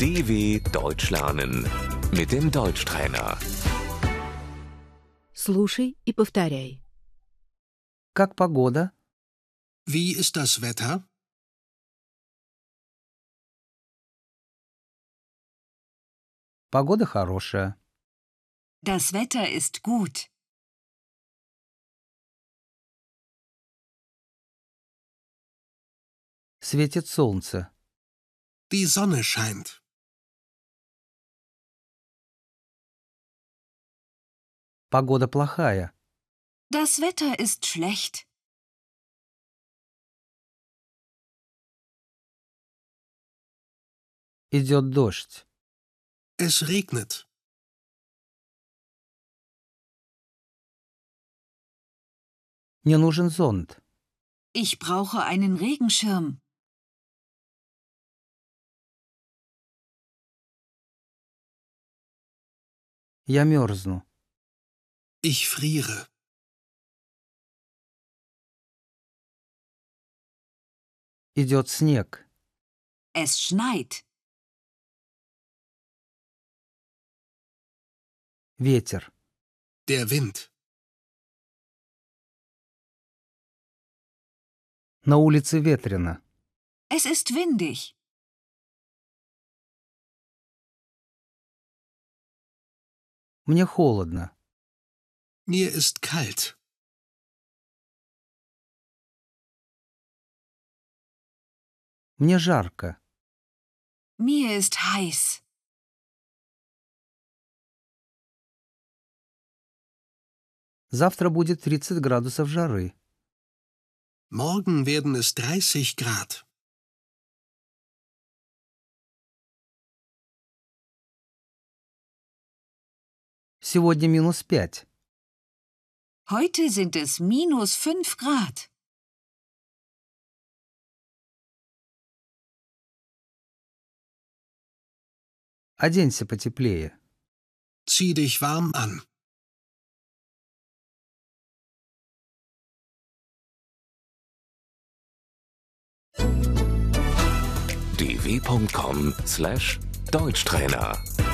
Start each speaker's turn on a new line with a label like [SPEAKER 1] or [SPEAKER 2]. [SPEAKER 1] DW Deutsch lernen mit dem Deutschtrainer.
[SPEAKER 2] Слушай и повторяй.
[SPEAKER 3] Как погода?
[SPEAKER 4] Wie ist das Wetter?
[SPEAKER 3] Погода хорошая.
[SPEAKER 5] Das Wetter ist gut.
[SPEAKER 3] Светит солнце.
[SPEAKER 4] Die Sonne scheint.
[SPEAKER 3] Погода плохая.
[SPEAKER 5] Das Wetter ist schlecht.
[SPEAKER 3] Идет дождь.
[SPEAKER 4] Es regnet.
[SPEAKER 3] Мне нужен зонт.
[SPEAKER 5] Ich brauche einen Regenschirm.
[SPEAKER 3] Я мерзну.
[SPEAKER 4] Ich friere.
[SPEAKER 3] Идет снег.
[SPEAKER 5] Es schneit.
[SPEAKER 3] Ветер.
[SPEAKER 4] Der Wind.
[SPEAKER 3] На улице ветрено.
[SPEAKER 5] Es ist windig.
[SPEAKER 3] Мне холодно.
[SPEAKER 4] Mir ist kalt.
[SPEAKER 3] Мне жарко.
[SPEAKER 5] Mir ist heiß.
[SPEAKER 3] Завтра будет 30 градусов жары.
[SPEAKER 4] Morgen werden es 30 Grad.
[SPEAKER 3] Сегодня минус 5.
[SPEAKER 5] Heute sind es minus 5 Grad.
[SPEAKER 3] Оденься потеплее.
[SPEAKER 4] Zieh dich warm an.
[SPEAKER 1] dw.com/deutschtrainer